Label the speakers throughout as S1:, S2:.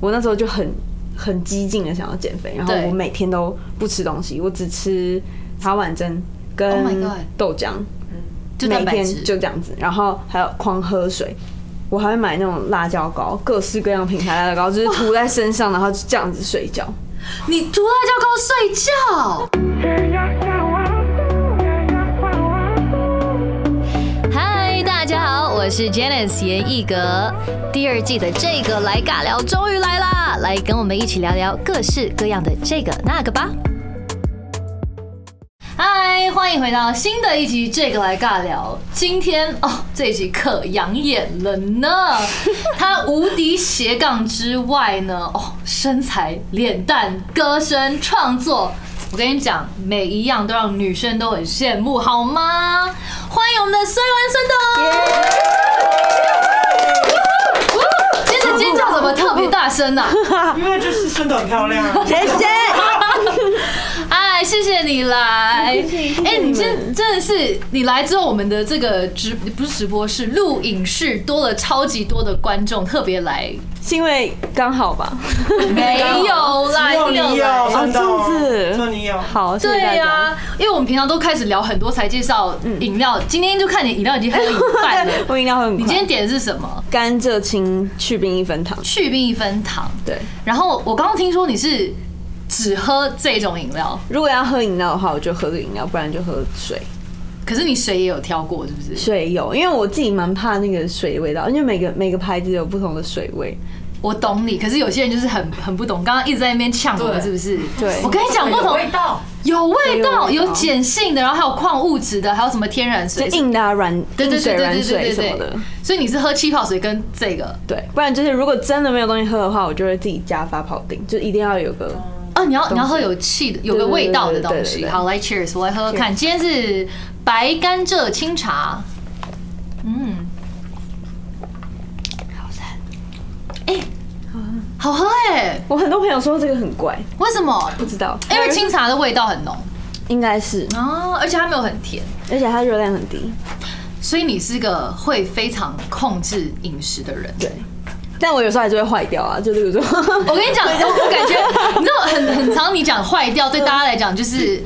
S1: 我那时候就很很激进的想要减肥，然后
S2: 对
S1: 我每天都不吃东西，我只吃茶碗蒸
S2: Oh
S1: 跟
S2: my god
S1: 豆浆，
S2: 就
S1: 每
S2: 蛋白
S1: 天
S2: 质，
S1: 就这样子，然后还有狂喝水。我还会买那种辣椒膏，各式各样品牌辣椒膏，就是涂在身上，然后就这样子睡 觉。
S2: 你涂辣椒膏睡觉。嗨，大家好，我是 Janice 严艺格。第二季的这个来尬聊终于来啦，来跟我们一起聊聊各式各样的这个那个吧。嗨，欢迎回到新的一集《这个来尬聊》。今天哦，这一集可养眼了呢。他无敌斜杠之外呢，哦，身材、脸蛋、歌声、创作，我跟你讲，每一样都让女生都很羡慕，好吗？欢迎我们的孙文孙董。 今天的尖叫怎么特别大声呢、啊
S3: 因为就是真的很漂亮啊。
S1: 谢谢。
S2: 哎，谢谢你来。
S1: 谢谢谢谢
S2: 哎、你
S1: 你们
S2: 真真的是你来之后，我们的这个直不是直播是录影室多了超级多的观众，特别来。
S1: 是因为刚好吧？
S2: 没有啦，
S3: 只
S2: 一
S3: 有
S2: 定
S3: 你
S2: 要
S3: 有，
S2: 来。
S3: 真的
S1: 这
S3: 哦，
S1: 样子
S3: 只有你有。
S1: 好，谢谢
S2: 对
S1: 大
S2: 呀、
S1: 家。
S2: 因为我们平常都开始聊很多才介绍饮料，今天就看你饮料已经喝一半了。
S1: 我饮料会很
S2: 啊你
S1: 快
S2: 今天点的是什么？
S1: 甘蔗青去冰一分糖，
S2: 去冰一分糖。
S1: 对。
S2: 然后我刚刚听说你是只喝这种饮料，
S1: 如果要喝饮料的话，我就喝这个饮料，不然就喝水。
S2: 可是你水也有挑过，是不是？
S1: 水有，因为我自己蛮怕那个水的味道，因为每个每个牌子有不同的水味。
S2: 我懂你，可是有些人就是很很不懂，刚刚一直在那边呛我，
S4: 对
S2: 是不是？
S1: 对
S2: 我跟你讲，不
S4: 有
S2: 同
S4: 味道，
S2: 有味道，
S1: 对有味道
S2: 有碱性的，然后还有矿物质的，还有什么天然
S1: 就
S2: 水，
S1: 硬的、啊、软
S2: 对
S1: 硬
S2: 对
S1: 水、
S2: 对对
S1: 软
S2: 对
S1: 水
S2: 对
S1: 什么
S2: 对
S1: 的
S2: 对，。所以你是喝气泡水跟这个
S1: 对，不然就是如果真的没有东西喝的话，我就会自己加发泡锭，就一定要有个
S2: 哦，你要你要喝有气的、有个味道的东
S1: 对对对对
S2: 西。
S1: 对
S2: 好，来 Cheers，我来喝喝看。今天是白甘蔗清茶，嗯，好喝，哎，好喝哎，
S1: 我很多朋友说这个很怪，
S2: 为什么？
S1: 不知道，
S2: 因为清茶的味道很浓
S1: 应该是，
S2: 啊，而且它没有很甜。
S1: 而且它热量很低。
S2: 所以你是个会非常控制饮食的人。
S1: 对，但我有时候还是会坏掉啊，就比如说，
S2: 我跟你讲，我感觉你知道很很常你讲坏掉，对大家来讲就是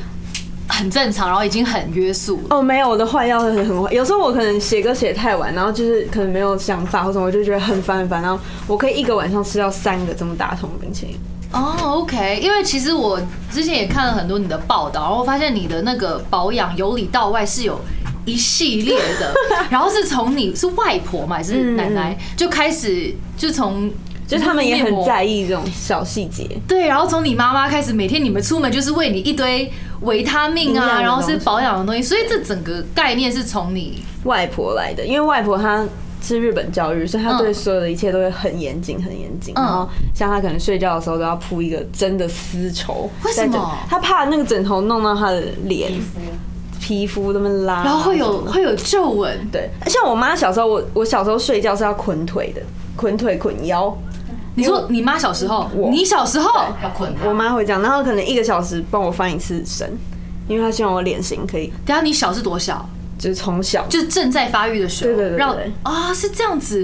S2: 很正常，然后已经很约束了。
S1: 哦，没有，我的坏药很很坏。有时候我可能写歌写太晚，然后就是可能没有想法或什么，我就觉得很烦很烦。然后我可以一个晚上吃到三个这么大桶的冰淇淋。
S2: 哦、o k 因为其实我之前也看了很多你的报道，然后发现你的那个保养由里到外是有。一系列 的，然后是从你是外婆嘛还是奶奶就开始，嗯就从
S1: 就是他们也
S2: 面膜
S1: 很在意这种小细节，
S2: 对，然后从你妈妈开始，每天你们出门就是喂你一堆维他命
S1: 营养
S2: 啊，
S1: 的
S2: 然后是
S1: 东西
S2: 保养的东西，所以这整个概念是从你
S1: 外婆来的，因为外婆她是日本教育，所以她对所有的一切都会很严谨，很严谨。
S2: 嗯
S1: 然后像她可能睡觉的时候都要铺一个真的丝绸，
S2: 为什么
S1: 在枕她怕那个枕头弄到她的脸、皮肤那么拉，
S2: 然后会有会有皱纹，
S1: 对。像我妈小时候，我我小时候睡觉是要捆腿的，捆腿捆腰。
S2: 你说你妈小时候，
S1: 我
S2: 你小时候
S4: 要捆它
S1: 我妈会这样，然后可能一个小时帮我翻一次身，因为她希望我脸型可以，
S2: 等下你小是多小？
S1: 就是从小
S2: 就是正在发育的时候，
S1: 对对对对
S2: 让
S1: 对嗯
S2: 啊是这样子。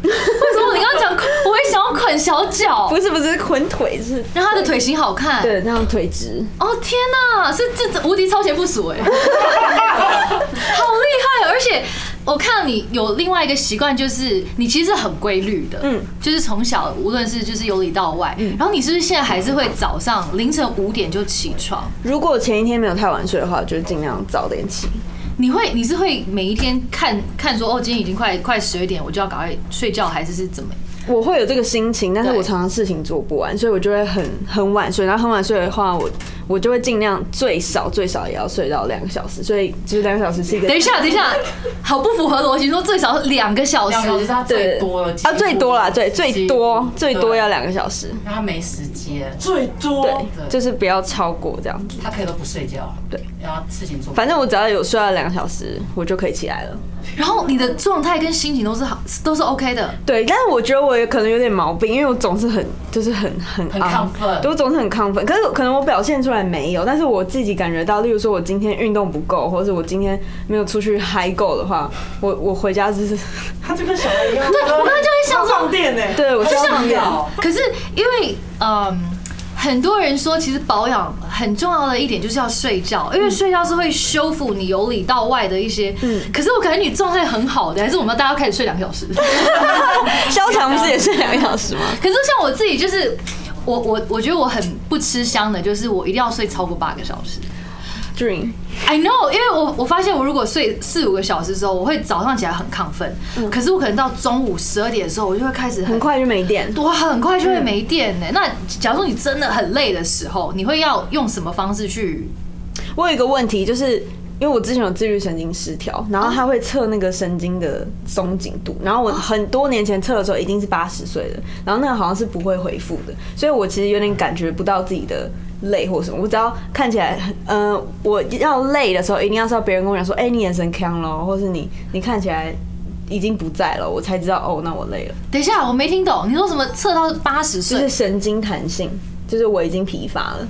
S2: 为什么你刚刚讲捆，我会想要捆小脚，
S1: 不是不是捆腿，是
S2: 让她的腿型好看？
S1: 对让腿直。
S2: 哦天呐，是这这无敌超前部署哎，好厉害！而且我看你有另外一个习惯，就是你其实是很规律的，嗯
S1: 嗯，
S2: 就是从小无论是就是由里到外，然后你是不是现在还是会早上凌晨五点就起床？
S1: 如果前一天没有太晚睡的话，就尽量早点起。
S2: 你会你是会每一天看看说哦，今天已经快快十二点，我就要赶快睡觉，还是是怎么？
S1: 我会有这个心情，但是
S2: 对
S1: 我常常事情做不完，所以我就会很很晚睡。然后很晚睡的话，我我就会尽量最少最少也要睡到两个小时，所以就是两个小时是一个
S2: 等一下，等一下，好不符合逻辑，说最少两个
S1: 哦
S2: 小时
S4: 两，哦个是它最多了，
S1: 啊最多啦，对
S4: 几
S1: 最
S4: 乎
S1: 多最多
S4: 对
S1: 要两个小时，
S4: 它没时间，
S3: 最多
S1: 对，就是不要超过这样子。
S4: 它可以都不睡觉，
S1: 对，
S4: 然后事情做不完，
S1: 反正我只要有睡到两个小时，我就可以起来了。
S2: 然后你的状态跟心情都是好，都是 OK 的。
S1: 对，但是我觉得我也可能有点毛病，因为我总是很就是很很
S4: 很
S1: 昂
S4: 亢奋
S1: 对我总是很亢奋。可是可能我表现出来没有，但是我自己感觉到，例如说我今天运动不够，或者是我今天没有出去嗨够的话，我我回家就是。
S3: 他就跟小孩一样，
S2: 对，我刚才就在想
S3: 他
S2: 说，
S3: 放电呢
S1: 对我
S4: 好
S1: 就
S4: 想要，
S2: 可是因为嗯，很多人说其实保养很重要的一点就是要睡觉，因为睡觉是会修复你由里到外的一些。嗯，可是我感觉你状态很好的，还是我们大家开始睡两个小时。
S1: 消长不是也是两个小时吗？
S2: 可是像我自己就是。我我我觉得我很不吃香的，就是我一定要睡超过八个小时。
S1: dream，
S2: I know，因为我我发现我如果睡四五个小时之后，我会早上起来很亢奋，可是我可能到中午十二点的时候，我就会开始
S1: 很
S2: 很
S1: 快就没电。
S2: 我很快就会没电呢、
S1: 嗯
S2: 那假如说你真的很累的时候，你会要用什么方式去？
S1: 我有一个问题，就是因为我之前有自律神经失调，然后他会测那个神经的松紧度，然后我很多年前测的时候已经是八十岁了，然后那个好像是不会恢复的，所以我其实有点感觉不到自己的。累或什么，我只要看起来很，嗯、我要累的时候，一定要是要别人跟我讲说，哎、你眼神康了，或是你你看起来已经不在了，我才知道哦，那我累了，
S2: 等一下，我没听懂，你说什么测到八十
S1: 就是
S2: 岁？
S1: 神经弹性，就是我已经疲乏了。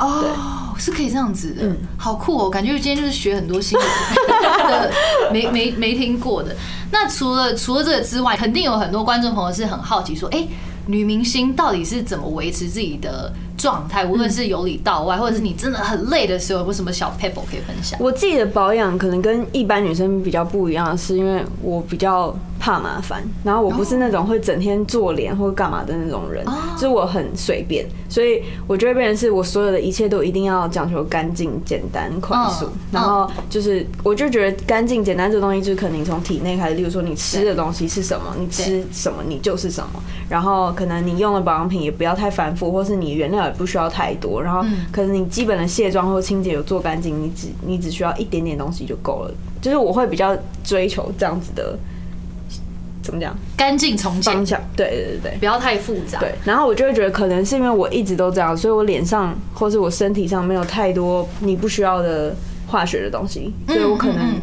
S2: 哦，是可以这样子
S1: 嗯
S2: 的，好酷哦！感觉今天就是学很多新的 的，没没没听过的。那除了除了这个之外，肯定有很多观众朋友是很好奇说，哎、女明星到底是怎么维持自己的状态？无论是由里到外，或者是你真的很累的时候，有没有什么小 pebble 可以分享？
S1: 我自己的保养可能跟一般女生比较不一样，的是因为我比较怕麻烦，然后我不是那种会整天做脸或干嘛的那种人
S2: 哦，
S1: 就是我很随便，所以我就会变成是我所有的一切都一定要讲求干净、简单、快速
S2: 嗯，
S1: 然后哦就是我就觉得干净、简单这个东西，就是可能你从体内开始，例如说你吃的东西是什么，你吃什么你就是什么，然后可能你用的保养品也不要太繁复，或是你原料也不需要太多，然后可能你基本的卸妆或清洁有做干净，你只你只需要一点点东西就够了。就是我会比较追求这样子的，怎么讲
S2: 干净从简
S1: 方，向？对对对对。
S2: 不要太复杂。
S1: 对，然后我就会觉得，可能是因为我一直都这样，所以我脸上或是我身体上没有太多你不需要的化学的东西，所以我可
S2: 嗯嗯
S1: 能
S2: 嗯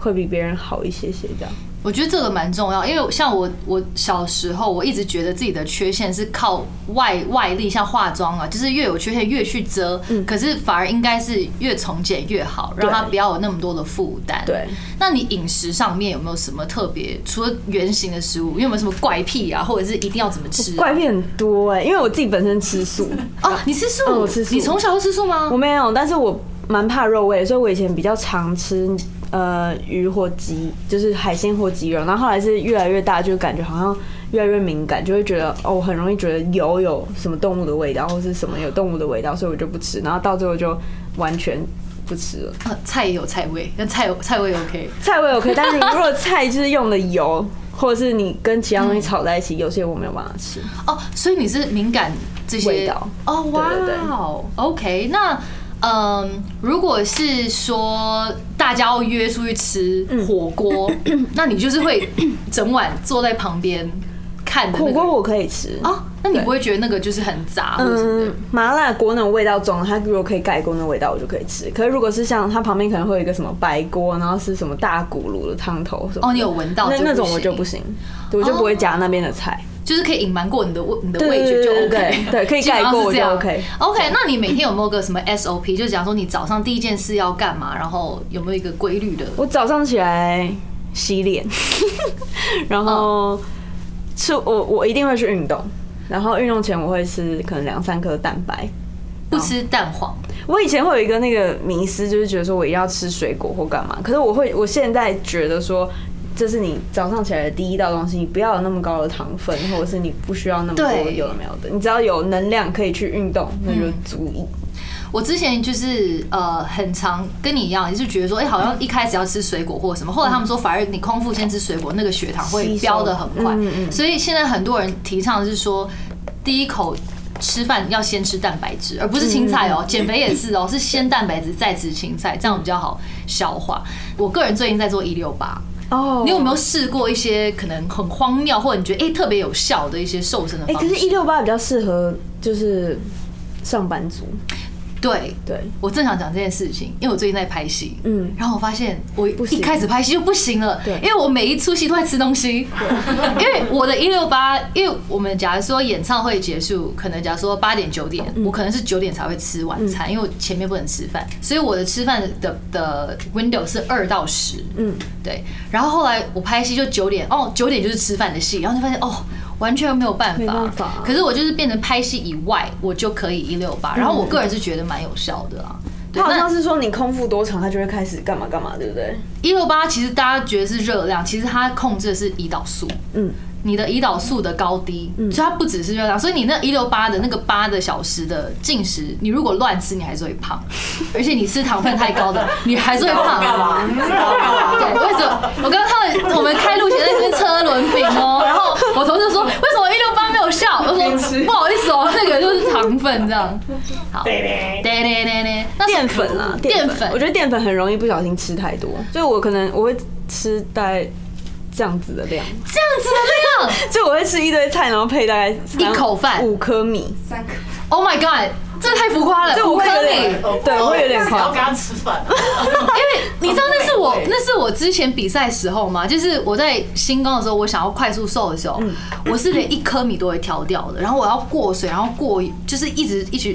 S1: 会比别人好一些些这样。
S2: 我觉得这个蛮重要，因为像我，我小时候我一直觉得自己的缺陷是靠外外力，像化妆啊，就是越有缺陷越去遮，可是反而应该是越从简越好，让它不要有那么多的负担。
S1: 对，
S2: 那你饮食上面有没有什么特别？除了原型的食物，你有没有什么怪癖啊，或者是一定要怎么吃、
S1: 怪癖很多哎、因为我自己本身吃素，
S2: 哦，你吃素？
S1: 嗯我吃素
S2: 你从小就吃素吗
S1: 我？没有，但是我蛮怕肉味，所以我以前比较常吃呃鱼或鸡，就是海鲜或鸡肉。然后后来是越来越大，就感觉好像越来越敏感，就会觉得哦，我很容易觉得油有什么动物的味道，或是什么有动物的味道，所以我就不吃。然后到最后就完全。不吃了，
S2: 呃菜也有菜味，但菜有菜味 OK。
S1: 菜味我可以，但是你如果菜就是用的油，或者是你跟其他东西炒在一起，有些我没有办法吃。
S2: 哦，所以你是敏感这些
S1: 味道
S2: 哦，哇
S1: 对对对
S2: 哦，OK，那嗯，如果是说大家要约出去吃
S1: 嗯
S2: 火 锅，那你就是会整晚坐在旁边看的
S1: 火
S2: 那
S1: 锅
S2: 个
S1: 我可以吃，
S2: 哦，那你不会觉得那个就是很杂或者什么的
S1: 嗯，麻辣锅那种味道重，它如果可以盖过那味道，我就可以吃。可是如果是像它旁边可能会有一个什么白锅，然后是什么大骨炉的汤头什么的，
S2: 哦你有闻到
S1: 那
S2: 就不
S1: 那种我
S2: 行
S1: 就不行，对我就不会夹那边的菜。
S2: 就是可以隐瞒过你的味你的
S1: 对
S2: 味觉就
S1: 对对
S2: OK，
S1: 对对可以
S2: 基本
S1: 盖
S2: 上
S1: 过
S2: 是
S1: 我
S2: 这
S1: 就
S2: 样
S1: OK。
S2: OK，那你每天有没有个什么 SOP？就是讲说你早上第一件事要干嘛，然后有没有一个规律的？
S1: 我早上起来洗脸， 然后吃我我一定会去运动，然后运动前我会吃可能两三颗蛋白。
S2: 不吃蛋黄。
S1: 我以前会有一个那个迷思，就是觉得说我一定要吃水果或干嘛。可是我会，我现在觉得说，这是你早上起来的第一道东西，你不要有那么高的糖分，或者是你不需要那么多
S2: 对
S1: 有的没有的，你只要有能量可以去运动，那就足以。
S2: 我之前就是呃，很常跟你一样，也是觉得说，哎、好像一开始要吃水果或什么，后来他们说，反而你空腹先吃水果，那个血糖会
S1: 嗯吸收
S2: 飙得很快。
S1: 嗯嗯
S2: 所以现在很多人提倡的是说，第一口吃饭要先吃蛋白质，而不是青
S1: 嗯
S2: 菜哦、减肥也是哦、是先蛋白质再吃青菜，这样比较好消化。我个人最近在做一六八。
S1: 哦
S2: 你有没有试过一些可能很荒谬，或者你觉得哎、诶特别有效的一些瘦身的
S1: 哎、
S2: 方
S1: 可
S2: 式？
S1: 是一六八比较适合就是上班族，
S2: 对，
S1: 对，
S2: 我正想讲这件事情，因为我最近在拍戏，
S1: 嗯
S2: 然后我发现我
S1: 不行
S2: 一开始拍戏就不行了，
S1: 对
S2: 因为我每一出戏都在吃东西， 因为我的一六八，因为我们假如说演唱会结束，可能假如说八点九点，
S1: 嗯
S2: 我可能是九点才会吃晚餐，因为我前面不能吃饭，所以我的吃饭的的 window 是二到十，
S1: 嗯，
S2: 对，然后后来我拍戏就九点，哦，九点就是吃饭的戏，然后就发现哦，完全没有办法。
S1: 没办法
S2: 可是我就是变成拍戏以外，我就可以一六八，然后我个人是觉得蛮有效的啊。
S1: 嗯
S2: 对
S1: 他好像
S2: 那
S1: 是说你空腹多长，他就会开始干嘛干嘛，对不对？
S2: 一六八其实大家觉得是热量，其实它控制的是胰岛素。
S1: 嗯，
S2: 你的胰岛素的高低，所以它不只是热量，所以你那一六八的那个八的小时的进食，你如果乱吃，你还是会胖，而且你吃糖分太高的， 你还是会胖。
S4: 干嘛？
S2: 对，为什么？我刚刚他们我们开路前在那边车轮饼哦，然后我同事说为什么一六八没有效？我说不好意思哦， 那个就是糖分这样。好，对
S3: 对对，
S2: 对对对，那是
S1: 淀粉啊，
S2: 淀粉，
S1: 我觉得淀粉很容易不小心吃太多，所以我可能我会吃大概这样子的量，
S2: 这样子的量
S1: 就我会吃一堆菜，然后配大概三
S2: 一口饭
S1: 五颗米，
S4: 三颗，
S2: ，Oh my god，这个太浮夸了，
S1: 就
S2: 五
S1: 我
S2: 颗
S1: 会有
S2: 米
S1: 点。，对我会有点
S4: 我要
S1: 夸
S4: 跟
S1: 张。
S4: 他吃饭。
S2: 因为你知道那是我
S4: 对
S2: 那是我之前比赛时候嘛，就是我在新高的时候，我想要快速瘦的时候，我是连一颗米都会挑掉的，然后我要过水，然后过就是一直一直，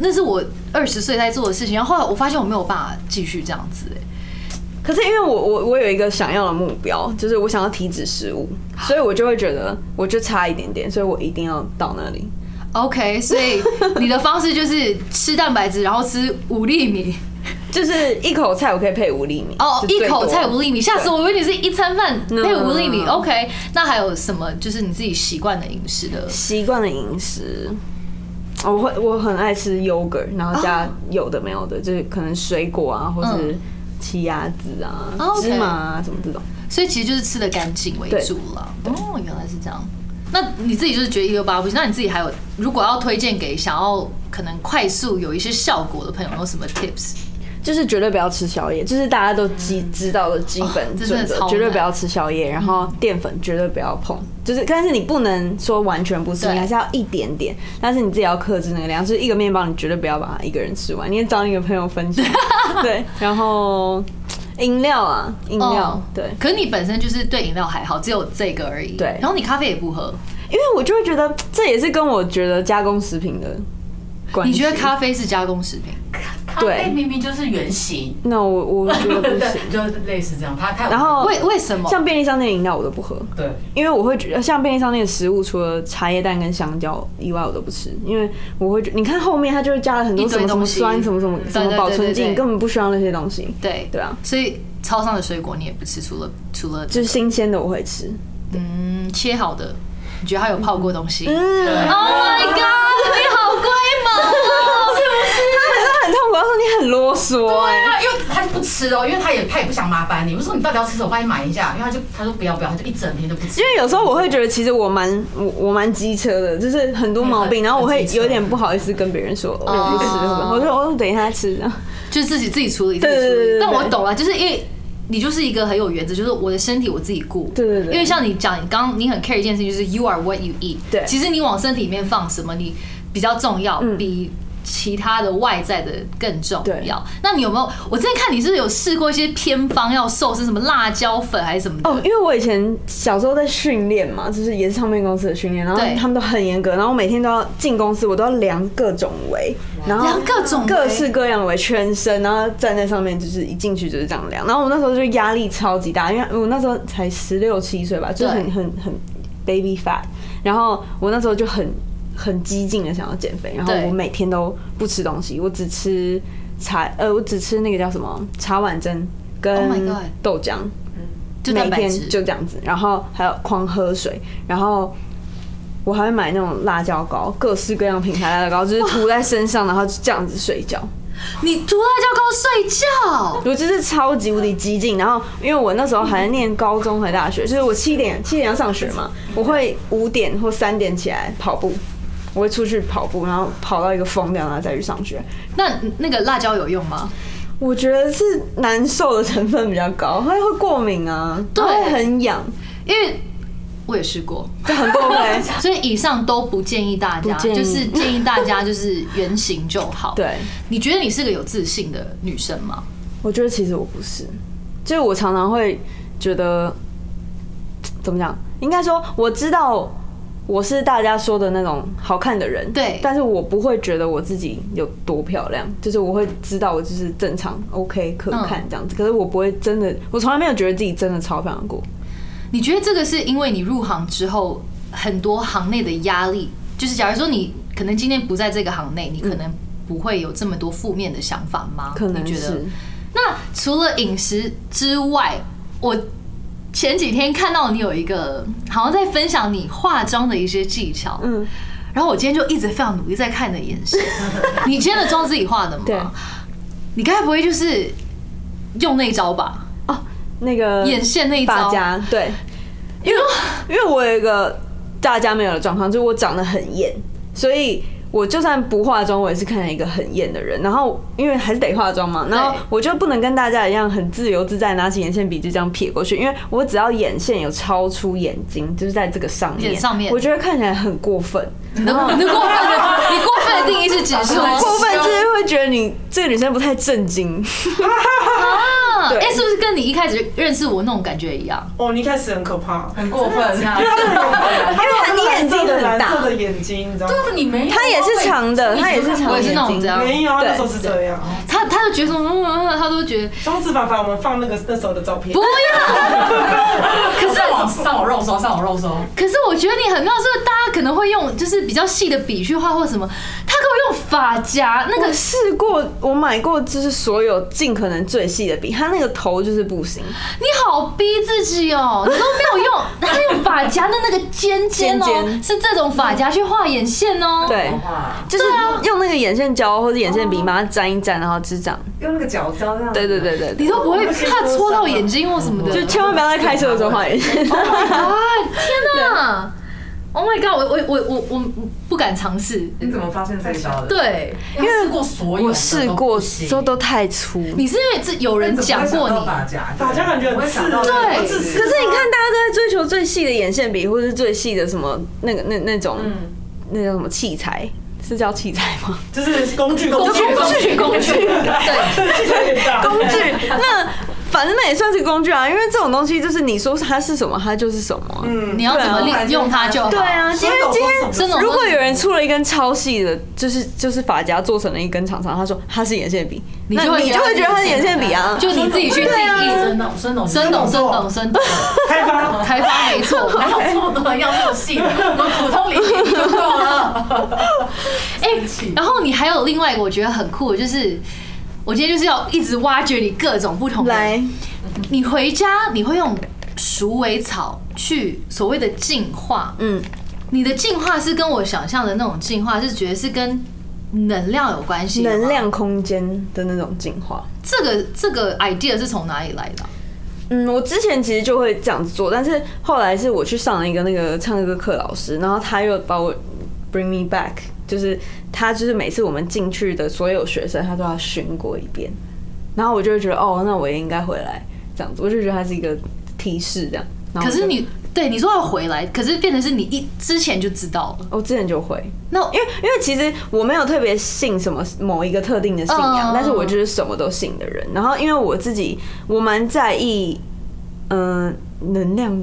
S2: 那是我二十岁在做的事情。然后后来我发现我没有办法继续这样子、哎，
S1: 可是因为我我我有一个想要的目标，就是我想要体脂十五，所以我就会觉得我就差一点点，所以我一定要到那里。
S2: OK，所以你的方式就是吃蛋白质，然后吃五粒米
S1: 就是一口菜我可以配五粒米
S2: 哦，一口菜五
S1: 粒，
S2: 粒米。下次我以为你是一餐饭
S1: No，
S2: 配五粒米。
S1: no，no，no
S2: OK，那还有什么就是你自己习惯的饮食的？
S1: 习惯的饮食。我会我很爱吃 yogurt，然后加有的没有的，就是可能水果啊，或是
S2: 哦嗯
S1: 奇亚籽啊、
S2: 哦，OK
S1: 芝麻啊什么这种。
S2: 所以其实就是吃的干净为主了。哦，原来是这样。那你自己就是觉得一六八不行，那你自己还有如果要推荐给想要可能快速有一些效果的朋友，有没有什么 tips？
S1: 就是绝对不要吃宵夜，这是大家都基知道的基本
S2: 哦这真
S1: 准
S2: 的
S1: 则
S2: 超，难嗯
S1: 绝对不要吃宵夜，然后淀粉绝对不要碰。就是，但是你不能说完全不吃，
S2: 对
S1: 你还是要一点点，但是你自己要克制那个量。就是一个面包，你绝对不要把它一个人吃完，你也找你的朋友分 享。对，然后饮料啊，饮料
S2: 哦，
S1: 对，
S2: 可是你本身就是对饮料还好，只有这个而已。
S1: 对
S2: 然后你咖啡也不喝，
S1: 因为我就会觉得这也是跟我觉得加工食品的关系。
S2: 你觉得咖啡是加工食品？
S4: 咖啡明明就是圆 形，
S1: 那我我觉得不行。
S4: 对，就类似这样。他他
S1: 然后
S2: 为为什么？
S1: 哦像便利商店的饮料我都不喝，
S4: 对，
S1: 因为我会觉得像便利商店的食物，除了茶叶蛋跟香蕉以外，我都不吃，因为我会觉你看后面它就是加了很多
S2: 一
S1: 什
S2: 堆
S1: 么什么
S2: 东西
S1: 酸什么什么
S2: 对
S1: 什么
S2: 对
S1: 保
S2: 对
S1: 存
S2: 对
S1: 剂，
S2: 对
S1: 根本不需要那些东西。
S2: 对
S1: 对啊，
S2: 所以超商的水果你也不吃，除了除了
S1: 就是新鲜的我会吃。
S2: 嗯切好的，你觉得它有泡过东西？
S1: 嗯，
S2: Oh my god！你好龟毛哦，是不是？
S1: 那很痛苦。他说你很啰嗦哎、
S4: 因为他就不吃哦，因为他也他也不想麻烦你。我说你到底要吃什么，我帮你买一下。因为他就他说不要不要，他就一整天都不 吃。
S1: 因为有时候我会觉得其实我蛮我我蛮机车的，就是很多毛病，
S4: 嗯
S1: 然后我会
S4: 很机车
S1: 有点不好意思跟别人说哦我不吃什么，我说我等一下吃这样。
S2: 就是自己自己处理，自己
S1: 对对
S2: 处
S1: 对对
S2: 理。
S1: 对
S2: 但我懂了，就是因为你就是一个很有原则，就是我的身体我自己顾。
S1: 对对对
S2: 因为像你讲，你刚刚你很 care 一件事情，就是 you are what you eat。
S1: 对
S2: 其实你往身体里面放什么，你比较重要，
S1: 嗯
S2: 比其他的外在的更重
S1: 对
S2: 要。那你有没有？我之前看你是不是有试过一些偏方要瘦身，什么辣椒粉还是什么的？
S1: 哦，因为我以前小时候在训练嘛，就是也是唱片公司的训练，然后
S2: 对
S1: 他们都很严格，然后我每天都要进公司，我都要量各种围，然后
S2: 量各种
S1: 各
S2: 围
S1: 式各样的围，全身，然后站在上面就是一进去就是这样量，然后我那时候就压力超级大，因为我那时候才十六七岁吧，就是很
S2: 对
S1: 很很 baby fat，然后我那时候就很很激进的想要减肥，然后
S2: 对
S1: 我每天都不吃东西，我只吃茶，呃，我只吃那个叫什么茶碗蒸
S2: Oh my
S1: 跟
S2: god
S1: 豆浆。
S2: 就
S1: 每
S2: 蛋白
S1: 天
S2: 质，
S1: 就这样子，然后还有狂喝水，然后我还会买那种辣椒膏，各式各样品牌辣椒膏，就是涂在身上，然后就这样子睡 觉。
S2: 你涂辣椒膏睡觉。
S1: 我就是超级无敌激进，然后因为我那时候还在念高中和大 学，就是我七点七点要上学嘛，我会五点或三点起来跑步，我会出去跑步，然后跑到一个疯掉，然后再去上学。
S2: 那那个辣椒有用吗？
S1: 我觉得是难受的成分比较高，会会过敏啊，
S2: 对
S1: 会很痒。
S2: 因为我也试过，
S1: 就很过 分。
S2: 所以以上都不建议大家，
S1: 不建议
S2: 就是建议大家就是原形就好。，
S1: 对，
S2: 你觉得你是个有自信的女生吗？
S1: 我觉得其实我不是，就是我常常会觉得，怎么讲？应该说我知道我是大家说的那种好看的人，
S2: 对
S1: 但是我不会觉得我自己有多漂亮，就是我会知道我就是正常、OK 可
S2: 嗯
S1: 看这样子。可是我不会真的，我从来没有觉得自己真的超漂亮过。
S2: 你觉得这个是因为你入行之后很多行内的压力，就是假如说你可能今天不在这个行内，你可能不会有这么多负面的想法吗？
S1: 嗯可能
S2: 你觉得
S1: 是。
S2: 那除了饮食之外，我前几天看到你有一个好像在分享你化妆的一些技巧，
S1: 嗯，
S2: 然后我今天就一直非常努力在看你的眼 神。你今天的妆自己化的
S1: 对
S2: 吗？你该不会就是用那一招吧？
S1: 哦，那个
S2: 眼线那一招
S1: 发夹，对，因为因为我有一个大家没有的状况，就是我长得很艳，所以。我就算不化妆，我也是看起来一个很艳的人。然后因为还是得化妆嘛，然后
S2: 对
S1: 我就不能跟大家一样很自由自在，拿起眼线笔就这样撇过去，因为我只要眼线有超出眼睛，就是在这个上面，
S2: 眼上面
S1: 我觉得看起来很过分。
S2: 你的你的过分 的，你过分的定义哦是啊指说
S4: 很
S1: 过分就是会觉得你这个女生不太正经，
S2: 啊，
S1: 对
S2: 哎、是不是跟你一开始认识我那种感觉一样？
S3: 哦，你一开始很可怕，
S4: 很过分啊！
S3: 因
S1: 因为你眼睛很大
S3: 蓝色的眼睛，你知道吗？
S4: 但是你没有，
S1: 她也是长的，她也是长
S2: 我
S1: 的
S2: 也是那种
S1: 眼睛
S2: 这样
S3: 没有，他啊那时候是这样。
S2: 他他就觉得什么嗯，嗯嗯他都觉得
S3: 当时凡凡，我们放那个那时候的照片
S2: 不，要。可
S4: 可
S2: 是
S4: 是往上往肉搜，上往肉搜，
S2: 可是我觉得你很妙，是不是大家可能会用就是比较细的笔去画或什么，他给我用发夹那
S1: 我
S2: 个
S1: 试过，我买过，就是所有尽可能最细的笔，它那个头就是不行，
S2: 你好逼自己哦、你都没 有用，他用发夹的那个尖尖哦、
S1: 尖尖
S2: 是这种发夹去画眼线哦、，
S1: 对，
S5: 啊
S1: 就是用那个眼线胶或者眼线笔把它沾一沾，然后就这样，
S5: 用那个脚胶这样。啊
S1: 对对对对
S2: 你
S1: 对，
S2: 都不会怕戳到眼睛或什么的，
S1: 就千万不要在开车的时候画 眼线，
S2: 啊！天哪！Oh my god！我我我我我不敢尝试。
S5: 你怎么发现这一招的？，
S2: 对，
S4: 因为试过所有，
S1: 我试过，都，都太粗。
S2: 你是因为这有人讲过你，
S5: 发夹，
S3: 发夹感觉很刺啊
S2: 对
S3: 我只
S1: 可
S3: 是
S1: 是你看，大家都在追求最细的眼线笔，或者是最细的什么那个那那种
S5: 嗯
S1: 那叫什么器材，是叫器材 吗？
S3: 就是工具，工
S2: 具工具工具对
S3: 对，器材也大，
S1: 工具，那反正那也算是工具啊，因为这种东西就是你说它是什么，它就是什么啊、
S3: 嗯
S2: 你要怎么利用它就好。
S1: 对，啊，今
S3: 所
S1: 天
S3: 以我
S1: 今
S3: 说
S1: 天
S3: 什
S2: 么都是
S1: 如果有人出了一根超细的，就是就是发夹做成了一根长长，他说他是眼线笔，
S2: 你
S1: 那
S2: 就会
S1: 你
S2: 觉
S1: 就
S2: 得
S1: 会觉得他是眼线笔啊。
S2: 就你自己去定义。
S4: 生动生动
S2: 生懂，生懂，生懂，
S3: 开 发。
S2: 开发没错。
S4: 哪有这么多人要这么 细？我们普通理解就够了。
S2: 哎，然后你还有另外一个我觉得很酷，的就是我今天就是要一直挖掘你各种不同的
S1: 来，
S2: 你回家你会用鼠尾草去所谓的净化，
S1: 嗯，
S2: 你的净化是跟我想象的那种净化是觉得是跟能量有关系的吗，
S1: 能量空间的那种进化。
S2: 这个这个 idea 是从哪里来的啊？
S1: 嗯，我之前其实就会这样子做，但是后来是我去上了一个那个唱歌课老师，然后他又把我 bring me back，就是他就是每次我们进去的所有学生，他都要巡过一遍，然后我就会觉得哦，那我也应该回来这样子，我就觉得他是一个提示这样。然后我
S2: 可是
S1: 就
S2: 你对你说要回来，可是变成是你一之前就知道了。
S1: 我之前就会，
S2: 那
S1: 因为因为其实我没有特别信什么某一个特定的信仰，
S2: 嗯
S1: 但是我就是什么都信的人。然后因为我自己，我蛮在意，嗯、能量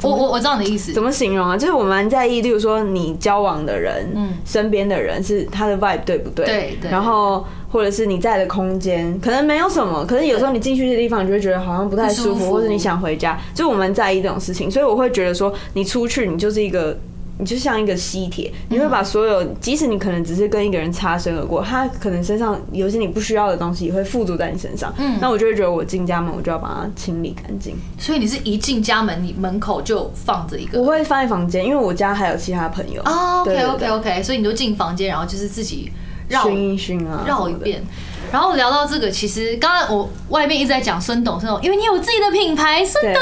S2: 我我我知道你的意思
S1: 怎，么形容啊？就是我蛮在意，例如说你交往的人，
S2: 嗯
S1: 身边的人是他的 vibe 对不对？
S2: 对对
S1: 然后或者是你在的空间，可能没有什么，可是有时候你进去的地方，你就会觉得好像不太舒
S2: 不舒
S1: 服，
S2: 服
S1: 或者你想回家，就是我蛮在意这种事情，所以我会觉得说，你出去你就是一个。你就像一个吸铁，
S2: 嗯
S1: 你会把所有，即使你可能只是跟一个人擦身而过，他可能身上有些你不需要的东西也会附着在你身上。
S2: 嗯
S1: 那我就会觉得我进家门，我就要把它清理干净。
S2: 所以你是一进家门，你门口就放着一个
S1: 我。会放在房间，因为我家还有其他朋友。
S2: 哦
S1: 对
S2: ，OK
S1: 对
S2: OK
S1: 对
S2: OK，所以你就进房间，然后就是自己绕
S1: 熏一熏啊，
S2: 绕一遍。然后聊到这个，其实刚刚我外面一直在讲孙董，孙董，因为你有自己的品牌，
S1: 什么的。
S2: 孙
S1: 对，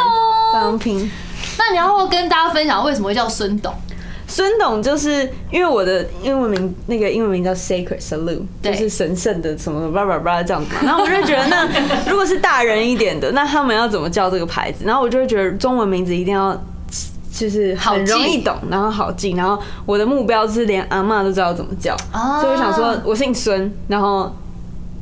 S2: 董。
S1: 帮拼。
S2: 那你要不要跟大家分享为什么会叫孙董？
S1: 孙董就是因为我的英文名，那个英文名叫 Sacred Salute，
S2: 对
S1: 就是神圣的什么叭叭叭这样子嘛。然后我就觉得，那如果是大人一点的，那他们要怎么叫这个牌子？然后我就会觉得中文名字一定要就是很容易懂，然后好记。然后我的目标是连阿嬷都知道怎么叫，
S2: 啊
S1: 所以我想说我姓孙，然后。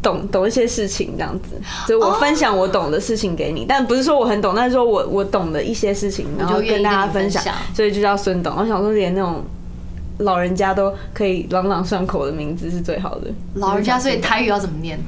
S1: 懂懂一些事情这样子，所以我分享我懂的事情给你，但不是说我很懂，但是说我我懂的一些事情，然后
S2: 愿
S1: 跟
S2: 意
S1: 大家
S2: 跟你分
S1: 分享
S2: 享，
S1: 所以就叫孙董。我想说，连那种老人家都可以朗朗上口的名字是最好的。
S2: 老人家，所以台语要怎么念？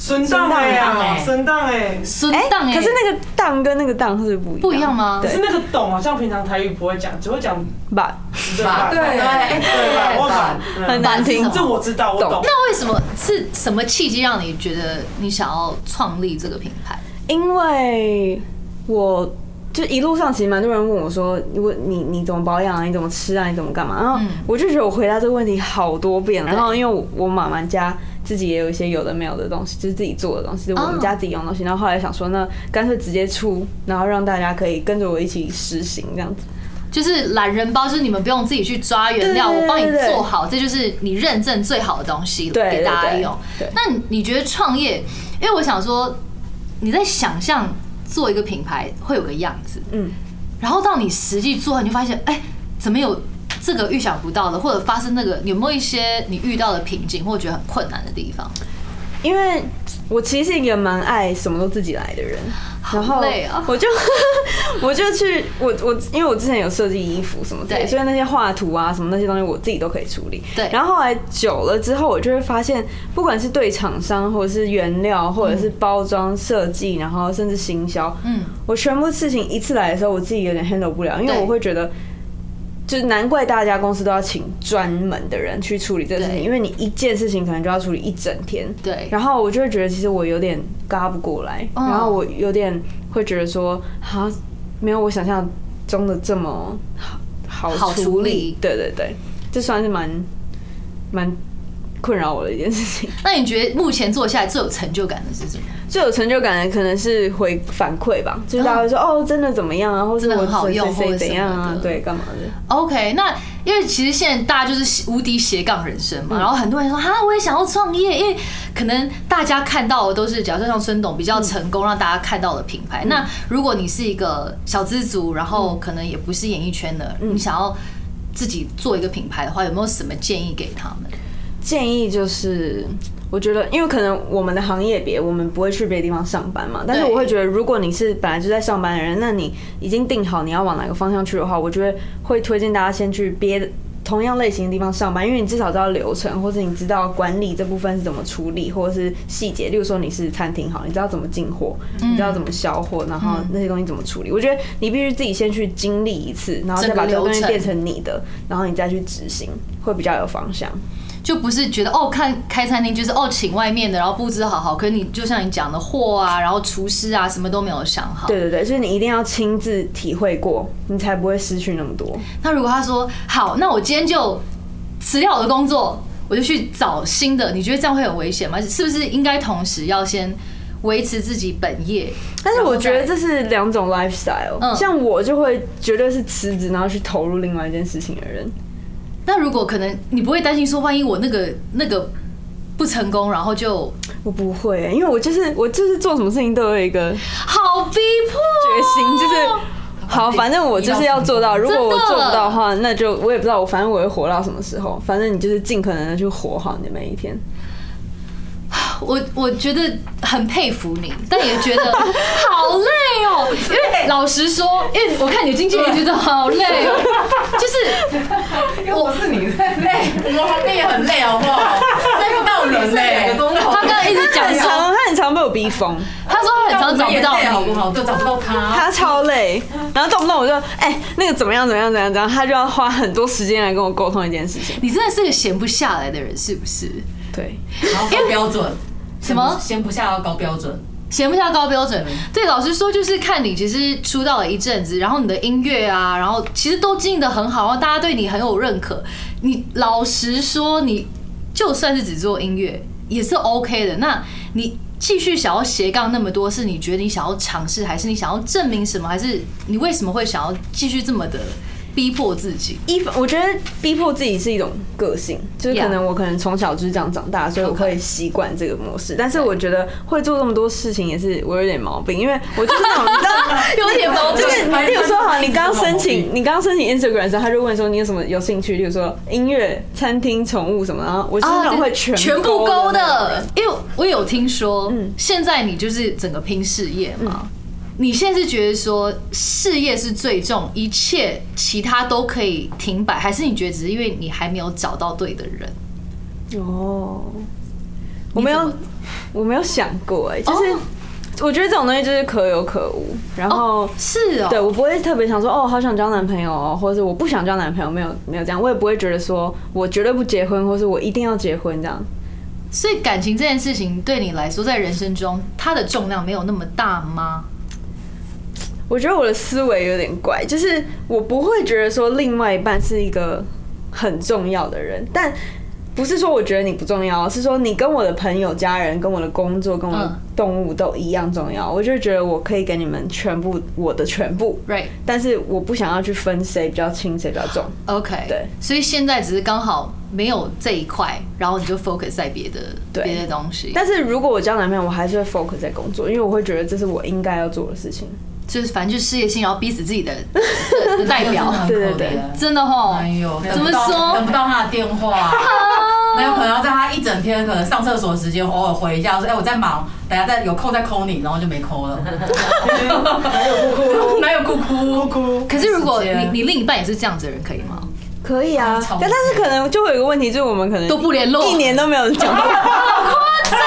S3: 孙荡哎呀，孙荡哎，
S2: 孙
S1: 哎、
S2: 当哎，
S1: 可是那个当跟那个当是不一样，
S2: 不一样吗
S3: 可
S1: 对
S3: 是那个懂好像平常台语不会讲，只会讲
S1: 吧？
S3: 对吧？
S4: 对哎
S3: 对吧？我
S4: 吧
S3: 懂，
S1: 很难听
S3: 嗯这我知道，我懂
S1: 懂。
S2: 那为什么是什么契机让你觉得你想要创立这个品牌？
S1: 因为我就一路上其实蛮多人问我说，我你你怎么保养啊？你怎么吃啊？你怎么干嘛？然后
S2: 嗯
S1: 我就觉得我回答这个问题好多遍了。
S2: 对
S1: 然后因为我我妈妈家自己也有一些有的没有的东西，就是自己做的东西，就我
S2: 哦
S1: 们家自己用的东西。然后后来想说，那干脆直接出，然后让大家可以跟着我一起实行这样子。
S2: 就是懒人包，就是你们不用自己去抓原料，
S1: 对对
S2: 我帮你
S1: 对对
S2: 做好，这就是你认证最好的东西
S1: 对
S2: 给大家
S1: 对对
S2: 用
S1: 对。
S2: 那你觉得创业？因为我想说，你在想象做一个品牌会有个样子，
S1: 嗯，
S2: 然后到你实际做，你就发现，哎、怎么有这个预想不到的，或者发生那个，有没有一些你遇到的瓶颈，或者觉得很困难的地方？
S1: 因为我其实是一个蛮爱什么都自己来的人，然后
S2: 累啊
S1: 我就 我就去我我因为我之前有设计衣服什么之类
S2: 对
S1: 的，所以那些画图啊什么那些东西我自己都可以处理。
S2: 对
S1: 然后后来久了之后，我就会发现，不管是对厂商，或者是原料，或者是包装设计，然后甚至行销，
S2: 嗯，
S1: 我全部事情一次来的时候，我自己有点 handle 不了，因为
S2: 对
S1: 我会觉得。就是难怪大家公司都要请专门的人去处理这个事情，
S2: 对
S1: 因为你一件事情可能就要处理一整天。
S2: 对，
S1: 然后我就会觉得，其实我有点嘎不过来，
S2: 嗯
S1: 然后我有点会觉得说，好，没有我想象中的这么好
S2: 好处
S1: 处
S2: 理
S1: 对对对，这算是蛮蛮困扰我的一件事 情。
S2: 那你觉得目前做下来最有成就感的是什么？
S1: 最有成就感的可能是回反馈吧，就是大家会说，哦，真的怎么样啊，或者
S2: 嗯真的
S1: 我
S2: 很好
S1: 谁
S2: 用
S1: 谁
S2: 或
S1: 谁
S2: 者
S1: 怎样
S2: 什么
S1: 啊
S2: 的，
S1: 对，干嘛的？
S2: OK，那因为其实现在大家就是无敌斜杠人生嘛，然后很多人说哈，我也想要创业，因为可能大家看到的都是，假设像孙董比较成功让大家看到的品牌。那如果你是一个小资族，然后可能也不是演艺圈的，你想要自己做一个品牌的话，有没有什么建议给他们？
S1: 建议就是。我觉得，因为可能我们的行业别，我们不会去别的地方上班嘛。但是
S2: 对
S1: 我会觉得，如果你是本来就在上班的人，那你已经定好你要往哪个方向去的话，我觉得会推荐大家先去别的同样类型的地方上班，因为你至少知道流程，或者你知道管理这部分是怎么处理，或者是细节。例如说你是餐厅好，你知道怎么进货，你知道怎么销货，然后那些东西怎么处理。我觉得你必须自己先去经历一次，然后再把这个东西变成你的，然后你再去执行，会比较有方向。
S2: 就不是觉得哦，看开餐厅就是哦，请外面的，然后布置好好，可是你就像你讲的货啊，然后厨师啊，什么都没有想好。
S1: 对对对，就是你一定要亲自体会过，你才不会失去那么多。
S2: 那如果他说好，那我今天就辞掉我的工作，我就去找新的，你觉得这样会很危险吗？是不是应该同时要先维持自己本业？
S1: 但是我觉得
S2: 然后
S1: 这是两种
S2: 嗯
S1: lifestyle，像我就会绝对是辞职，然后去投入另外一件事情的人。
S2: 再那如果可能，你不会担心说，万一我那个那个不成功，然后就
S1: 我不会、因为我就是我就是做什么事情都有一个决
S2: 好逼
S1: 心，
S2: 迫
S1: 就是 好，反正我就是要做到。如果我
S2: 真的
S1: 做不到的话，那就我也不知道我，反正我会活到什么时候。反正你就是尽可能的去活好你的每一天。
S2: 我，我觉得很佩服你，但也觉得好累哦、因为老实说，因为我看你的经纪人觉得好累哦、就是
S5: 我是你在
S4: 累，我们也很累，好不好？这个到人累，
S5: 钟头
S2: 他刚刚一直讲
S1: 很常，
S2: 说，
S1: 他很常被我逼疯，
S2: 他说他很常找不到
S4: 哦我们也累好
S2: 你
S4: 不。好？就找不到他。
S1: 他超累，然后动不动我就哎、那个怎么样怎么样怎么样怎么样，他就要花很多时间来跟我沟通一件事情。
S2: 你真的是个闲不下来的人，是不是？
S1: 对，
S4: 然后高标准，
S2: 什么
S4: 先不下到高标准，
S2: 闲不下高标准。对，老实说，就是看你其实出道了一阵子，然后你的音乐啊，然后其实都经营的很好，然后大家对你很有认可。你老实说，你就算是只做音乐也是 OK 的。那你继续想要斜杠那么多，是你觉得你想要尝试，还是你想要证明什么，还是你为什么会想要继续这么的逼迫自己？
S1: 一方，我觉得逼迫自己是一种个性，就是可能我可能从小就是这样长大，所以我会习惯这个模式。但是我觉得会做这么多事情也是我有点毛病，因为我就是那种你知道。
S2: 有点矛
S1: 就
S2: 盾。
S1: 是，例如说，好，你刚申请，你刚申请 Instagram 的时候，他就问说你有什么有兴趣，例如说音乐、餐厅、宠物什么，然后我是那种会哦全
S2: 啊全部
S1: 勾
S2: 勾
S1: 的那种
S2: 的
S1: 人，，
S2: 因为我有听说
S1: 嗯，
S2: 现在你就是整个拼事业嘛。你现在是觉得说事业是最重，一切其他都可以停摆，还是你觉得只是因为你还没有找到对的人？
S1: 哦，我没有
S2: 你怎么，
S1: 我没有想过哎、就是
S2: 哦
S1: 我觉得这种东西就是可有可无，然后
S2: 哦，。是哦，
S1: 对，我不会特别想说哦，好想交男朋友哦，或者是我不想交男朋友，没有没有这样，我也不会觉得说我绝对不结婚，或是我一定要结婚这样。
S2: 所以感情这件事情对你来说，在人生中它的重量没有那么大吗？
S1: 我觉得我的思维有点怪，就是我不会觉得说另外一半是一个很重要的人，但不是说我觉得你不重要，是说你跟我的朋友、家人、跟我的工作、跟我的
S2: 嗯
S1: 动物都一样重要。我就觉得我可以给你们全部我的全部，
S2: ，right？
S1: 但是我不想要去分谁比较轻，谁比较重。
S2: OK，
S1: 对，
S2: 所以现在只是刚好没有这一块，然后你就 focus 在别的
S1: 对
S2: 别的东西，
S1: 但是如果我交男朋友，我还是会 focus 在工作，因为我会觉得这是我应该要做的事情。
S2: 就是反正就事业心，然后逼死自己的 的的代
S4: 哎
S2: 表，
S1: 对对对
S2: 真的吼
S5: 哎，呦，
S2: 怎么说
S5: 等不到他的电 话，没有可能要在他一整天，可能上厕所时间偶尔回一下，说哎我在忙，等下再有空再 call 你，然后就没 call 了。
S3: 还有酷 酷
S5: 哪有姑姑？
S3: 酷酷，
S2: 可是如果
S5: 时间
S2: 你你另一半也是这样子的人，可以吗？
S1: 可以啊，
S5: 超
S1: 但但是可能就会有一个问题，就是我们可能
S2: 都不联络，
S1: 一年都没有讲到。
S2: 啊，这样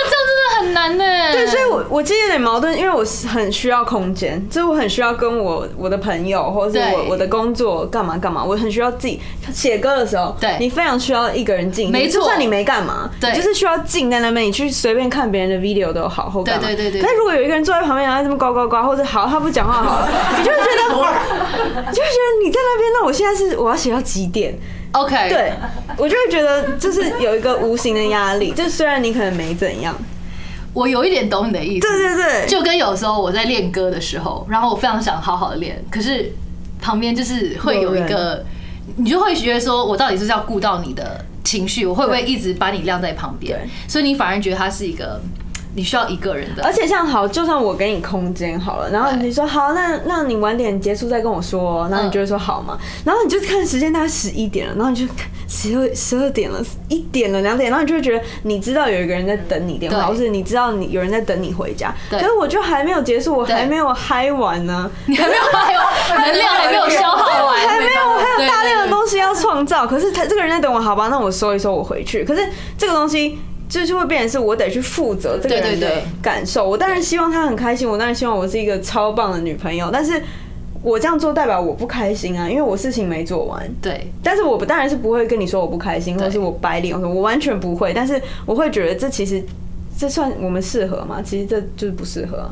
S2: 真的很难呢。
S1: 对，所以我我其实有点矛盾，因为我是很需要空间，就是我很需要跟我我的朋友，或者是
S2: 对
S1: 我我的工作干嘛干嘛，我很需要自己写歌的时候，
S2: 对
S1: 你非常需要一个人静，
S2: 没
S1: 你就
S2: 错
S1: 算你没干嘛，
S2: 对
S1: 你就是需要静在那边，你去随便看别人的 video 都好，或干嘛。
S2: 对对对对
S1: 但如果有一个人坐在旁边，然后在那边呱呱呱，或者好他不讲话好 了，你就会觉得，你就会觉得你在那边，那我现在是我要写到几点？
S2: OK，
S1: 对，我就会觉得就是有一个无形的压力，就虽然你可能没怎样，
S2: 我有一点懂你的意思。
S1: 对对对，
S2: 就跟有时候我在练歌的时候，然后我非常想好好的练，可是旁边就是会有一个，你就会觉得说我到底是不是要顾到你的情绪，我会不会一直把你晾在旁边
S1: 对？
S2: 所以你反而觉得他是一个你需要一个人
S1: 而
S2: 的。
S1: 且像好，就算我给你空间好了，然后
S2: 对
S1: 你说好，那那你晚点结束再跟我说哦，然后你就会说好嘛，然后你就看时间大概十一点了，然后你就看十二十二点了，一点了两点，然后你就会觉得你知道有一个人在等你电话，
S2: 对
S1: 或是你知道你有人在等你回家，可
S2: 对
S1: 是我就还没有结束，我还
S2: 对
S1: 没有嗨完呢，
S2: 你还没有，还有能量还没有消耗完，
S1: 还没有，我还有大量的
S2: 西。
S1: 东西要创造。可是他这个人在等我，好吧，那我收一收，我回去。可是这个东西。就是会变成是我得去负责这个人
S2: 对
S1: 的
S2: 对对
S1: 感受。我当然希望他很开心，我当然希望我是一个超棒的女朋友，但是我这样做代表我不开心啊，因为我事情没做完。
S2: 对，
S1: 但是我不当然是不会跟你说我不开心，或者是我白脸，我说我完全不会。但是我会觉得这其实这算我们适合吗？其实这就是不适合啊、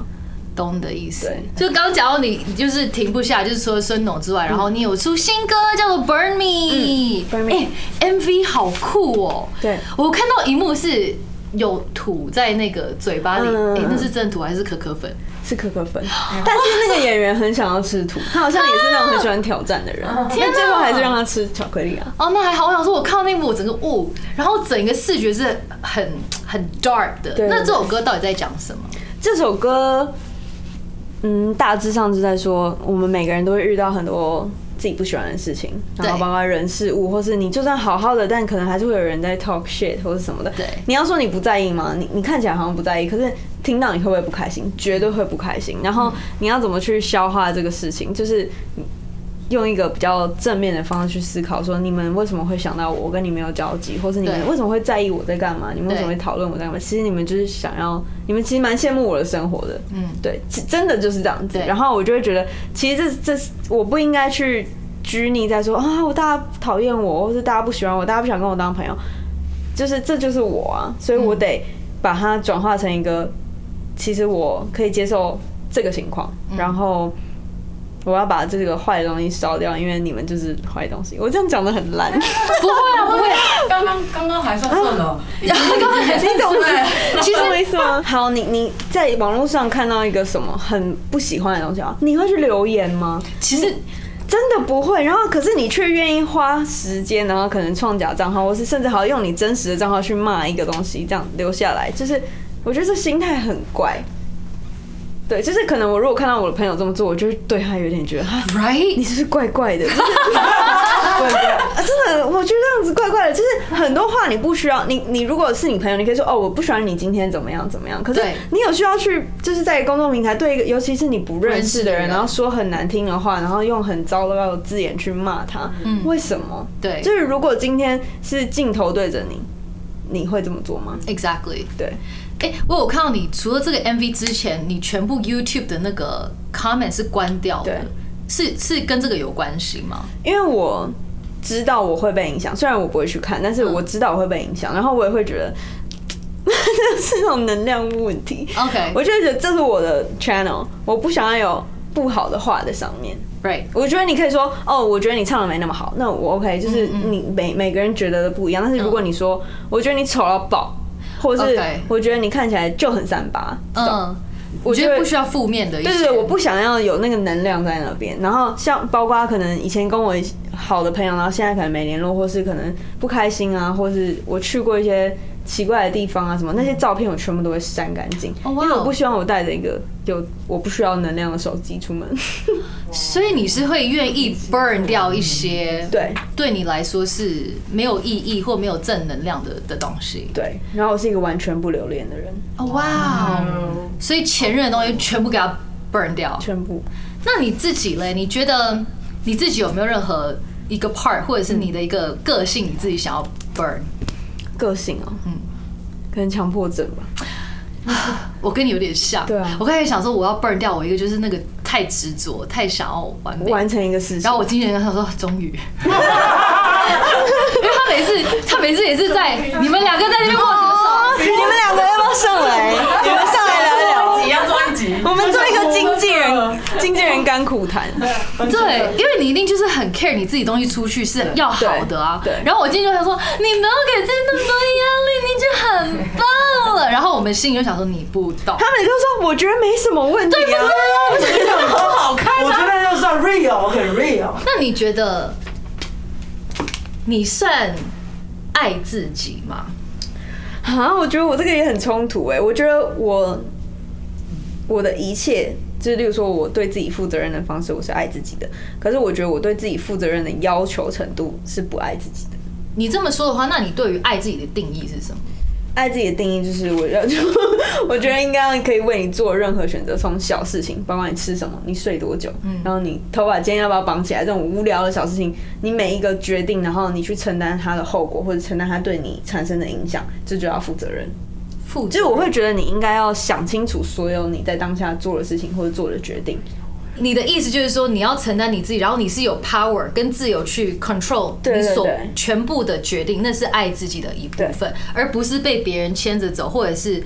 S2: 懂你的意思
S1: 对。
S2: 就刚讲到你，你就是停不下，就是除了孙董之外，然后你有出新歌叫做《Burn Me》
S1: 嗯
S2: 哎
S1: ，Burn Me
S2: m v 好酷哦。
S1: 对
S2: 我看到一幕是有土在那个嘴巴里，
S1: 嗯
S2: 哎，那是真的土还是可可粉？
S1: 是可可 粉，但是那个演员很想要吃土，他好像也是那种很喜欢挑战的人，
S2: 哦天
S1: 但
S2: 哪
S1: 最后还是让他吃巧克力啊。
S2: 哦，那还好。我想说，我看到那一幕，我整个哦，然后整个视觉是很很 dark 的
S1: 对。
S2: 那这首歌到底在讲什么？
S1: 这首歌，嗯，大致上是在说，我们每个人都会遇到很多自己不喜欢的事情，然后
S2: 对
S1: 包括人事物，或是你就算好好的，但可能还是会有人在 talk shit 或是什么的。
S2: 对
S1: 你要说你不在意吗？你你看起来好像不在意，可是听到你会不会不开心？绝对会不开心。然
S2: 嗯
S1: 后你要怎么去消化这个事情？就是用一个比较正面的方式去思考，说你们为什么会想到我，我跟你没有交集，或是你们
S2: 对
S1: 为什么会在意我在干嘛，你们为什么会
S2: 对
S1: 讨论我在干嘛？其实你们就是想要，你们其实蛮羡慕我的生活的，
S2: 嗯，
S1: 对，其真的就是这样子。
S2: 对
S1: 然后我就会觉得，其实这这是我不应该去拘泥在说啊，我大家讨厌我，或是大家不喜欢我，大家不想跟我当朋友，就是这就是我啊，所以我
S2: 嗯
S1: 得把它转化成一个，其实我可以接受这个情况，
S2: 嗯
S1: 然后。我要把这个坏的东西烧掉，因为你们就是坏东西。我这样讲的很 烂，你
S2: 不会啊，不会。
S5: 刚刚刚刚还算顺 了，
S1: 懂吗？其实意思吗？好，你你在网络上看到一个什么很不喜欢的东西啊，你会去留言吗？
S2: 其实
S1: 真的不会。然后可是你却愿意花时间，然后可能创假账号，或是甚至好用你真实的账号去骂一个东西，这样留下来，就是我觉得这心态很怪。对，就是可能我如果看到我的朋友这么做，我就会对他有点觉得哈
S2: ，right？
S1: 你是不是怪怪的？ 就是怪怪啊，真的，我觉得这样子怪怪的。就是很多话你不需要，你你如果是你朋友，你可以说哦，我不喜欢你今天怎么样怎么样。可是
S2: 对
S1: 你有需要去，就是在公众平台对一个，尤其是你不认识的
S2: 不认识的
S1: 人，
S2: 人
S1: 然后说很难听的话，然后用很糟糕的字眼去骂他，
S2: 嗯
S1: 为什么？
S2: 对
S1: 就是如果今天是镜头对着你，你会这么做吗？
S2: Exactly。
S1: 对，
S2: 哎、我有看到你除了这个 MV 之前，你全部 YouTube 的那个 comment 是关掉
S1: 对
S2: 的，是是跟这个有关系吗？
S1: 因为我知道我会被影响，虽然我不会去看，但是我知道我会被影响，然后我也会觉得 这是那种能量问题。
S2: OK
S1: 我就会觉得这是我的 channel，我不想要有不好的话在上面。
S2: Right，
S1: 我觉得你可以说哦，我觉得你唱的没那么好，那我 OK，就是
S2: 嗯
S1: 你每每个人觉得的不一样。但是如果你说我觉得你丑到爆，或者是
S2: OK
S1: 我觉得你看起来就很三八，这种
S2: 嗯，
S1: 我
S2: 我觉
S1: 就
S2: 得
S1: 会
S2: 不需要负面的一些，
S1: 对对对，我不想要有那个能量在那边。然后像包括可能以前跟我好的朋友，然后现在可能没联络，或是可能不开心啊，或是我去过一些奇怪的地方啊什么，那些照片我全部都会删干净，
S2: 哦
S1: 因
S2: 哇哦
S1: 为我不希望我带着一个有我不需要能量的手机出门。
S2: 所以你是会愿意 burn 掉一些，
S1: 嗯对
S2: 对你来说是没有意义或没有正能量的的东西。
S1: 对，然后我是一个完全不留恋的人，
S2: 哦哇、哦！所以前任的东西全部给它 burn 掉。
S1: 全部。
S2: 那你自己嘞？你觉得你自己有没有任何一个 part，或者是你的一个个性，你自己想要 burn？
S1: 个性哦、嗯，
S2: 嗯
S1: 可能强迫症吧。
S2: 我跟你有点像，
S1: 对啊
S2: 我开始想说我要 burn 掉我一个，就是那个太执着，太想要完美。
S1: 完成一个事情，
S2: 然后我经纪人他说终于， 因为他每次他每次也是在你们两个在那边握手，
S1: 你们两个要不要上 来？你们上来聊一聊。
S5: 一样专 辑，
S1: 我们做一个经纪人，经纪人甘苦谈。
S2: 对，因为你一定就是很 care 你自己东西出去是要好的啊。
S1: 对对
S2: 然后我今天就想说，你不要给自己那么多压力，你已经很棒了。然后我们心里就想说，你不懂。
S1: 他们就说我觉得没什么问题啊，
S5: 很好看
S3: 我觉得就算 real，很 real。
S2: 那你觉得你算爱自己吗？
S1: 啊，我觉得我这个也很冲突哎、我觉得我我的一切，就是例如说我对自己负责任的方式，我是爱自己的，可是我觉得我对自己负责任的要求程度是不爱自己的。
S2: 你这么说的话，那你对于爱自己的定义是什么？
S1: 爱自己的定义就是我要，就 我觉得应该可以为你做任何选择，从小事情，包括你吃什么，你睡多久，然后你头发今天要不要绑起来，这种无聊的小事情，你每一个决定，然后你去承担它的后果，或者承担它对你产生的影响，这就要负责任。
S2: 负责
S1: 就是我会觉得你应该要想清楚所有你在当下做的事情或者做的决定，
S2: 你的意思就是说，你要承担你自己，然后你是有 power 跟自由去 control
S1: 对
S2: 你
S1: 对
S2: 所
S1: 对
S2: 全部的决定，那是爱自己的一部分，而不是被别人牵着走，或者是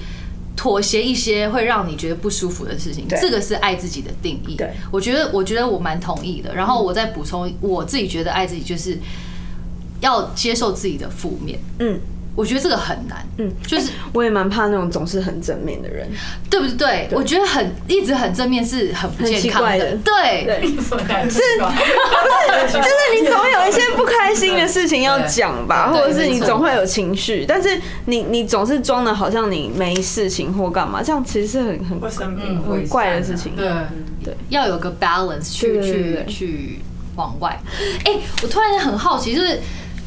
S2: 妥协一些会让你觉得不舒服的事情。
S1: 对
S2: 这个是爱自己的定义。
S1: 对
S2: 我觉得，我觉得我蛮同意的。然后我再补充，我自己觉得爱自己就是要接受自己的负面。
S1: 嗯，
S2: 我觉得这个很难。嗯，就是
S1: 我也蛮怕那种总是很正面的人，
S2: 对不对？我觉得很一直很正面是很不
S1: 很
S2: 健
S1: 奇
S2: 康
S1: 怪
S2: 的
S1: 的。
S2: 对
S1: 对，
S4: 什么感觉？
S1: 就是你总有一些不开心的事情要讲吧，
S2: 对
S1: 或者是你
S2: 没错
S1: 总会有情绪，但是你你总是装的好像你没事情或干嘛，这样其实是很很
S3: 会生病
S5: 嗯，
S1: 很怪的事情。
S4: 啊
S5: 对，
S2: 要有个 balance 去
S1: 对对对
S2: 去
S1: 对
S2: 去往外。哎、我突然间很好奇，就是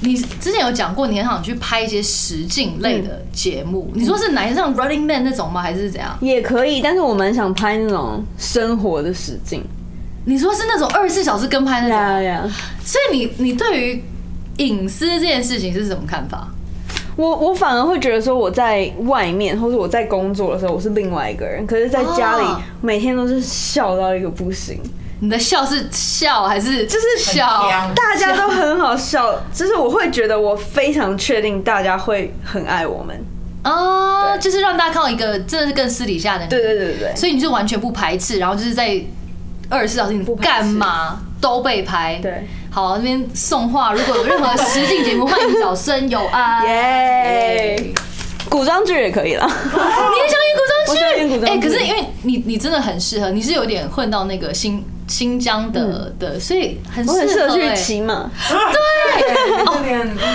S2: 你之前有讲过，你很想去拍一些实境类
S1: 嗯
S2: 的节目，你说是哪一像 Running Man 那种吗？还是怎样？
S1: 也可以，但是我蛮想拍那种生活的实境。
S2: 你说是那种二十四小时跟拍那
S1: 对
S2: 种？
S1: 啊对啊，
S2: 所以你你对于隐私这件事情是什么看法？
S1: 我我反而会觉得说我在外面或者我在工作的时候我是另外一个人，可是在家里
S2: 哦
S1: 每天都是笑到一个不行。
S2: 你的笑是笑还是就是笑？
S1: 大家都很好笑，就是我会觉得我非常确定大家会很爱我们。
S2: 哦，就是让大家看到一个真的是更私底下的你。
S1: 对对对对对，
S2: 所以你是完全不排斥，然后就是在二十四小时你干嘛都被拍。
S1: 对，
S2: 好，那边 送话，如果有任何实境节目，欢迎找声友啊。
S1: 耶！古装剧也可以啦。
S2: 你也想
S1: 我想演
S2: 演
S1: 古装
S2: 古装剧？
S1: 剧
S2: 哎、可是因为你你真的很适合，你是有点混到那个新新疆的、的，所以很
S1: 嗯
S2: 适
S1: 我
S2: 合、哎
S1: 很适合欸去骑马，
S5: 哦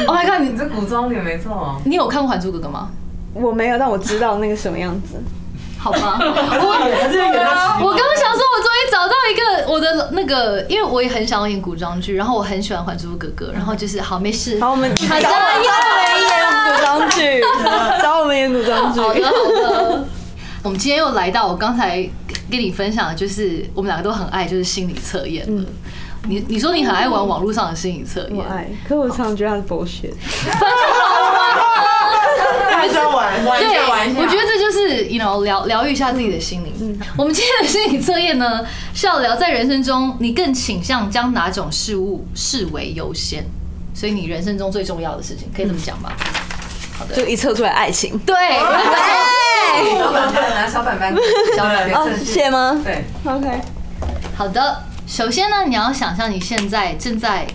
S2: Oh my god！你
S6: 你这古装脸没错，
S2: 你有看过《还珠格格》吗？
S1: 我没有，但我知道那个什么样子。
S2: 好吧，
S3: 还是要演，还是要演他
S2: 我刚刚想说，我终于找到一个我的那个，因为我也很想要演古装剧，然后我很喜欢《还珠格格》，然后就是好没事，
S1: 好，我们找找我们演古装 剧，找我们演古装
S2: 好
S1: 剧
S2: 的。好的。我们今天又来到我刚才跟你分享的，就是我们两个都很爱，就是心理测验了。你你说你很爱玩网络上的心理测
S1: 我
S2: 验，
S1: 爱，可我常常觉得他是博学。
S3: 还是要玩。
S5: 玩一
S2: 对
S5: 下玩一，下，
S2: 我觉得这就是 you know 疗疗愈一下自己的心灵。我们今天的心理测验呢，是要聊在人生中你更倾向将哪种事物视为优先，所以你人生中最重要的事情，可以这么讲吧？
S1: 就一测出来爱情。
S2: 对，
S6: 小板板拿小板板，小板
S1: 哦，
S6: 板
S1: 谢吗？
S6: 对，
S1: ，OK。
S2: 好的。首先呢，你要想象你现在正在，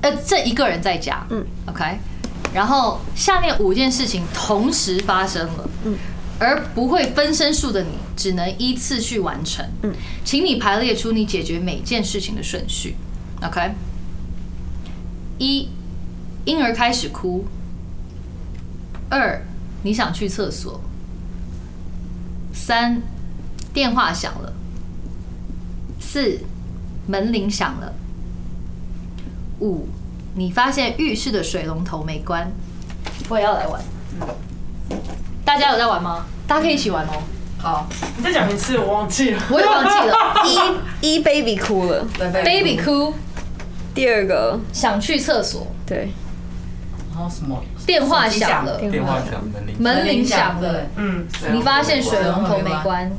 S2: 呃，这一个人在家，嗯，OK，然后下面五件事情同时发生了，嗯，而不会分身术的你只能依次去完成，嗯，请你排列出你解决每件事情的顺序，OK。一，婴儿开始哭；二，你想去厕所；三，电话响了；四，门铃响了；五，你发现浴室的水龙头没关。我也要来玩。大家有在玩吗？大家可以一起玩哦。
S5: 好，
S3: 你再讲一次，我忘记了。
S2: 我也忘记了。
S1: 一 E baby 哭了，
S5: 对
S2: Baby 哭，
S1: 第二个
S2: 想去厕所，
S1: 对，
S5: 然后什么
S2: 电话响了，
S7: 电话响，门铃响。
S2: 门铃响了。
S3: 嗯，
S2: 你发现水龙头没关。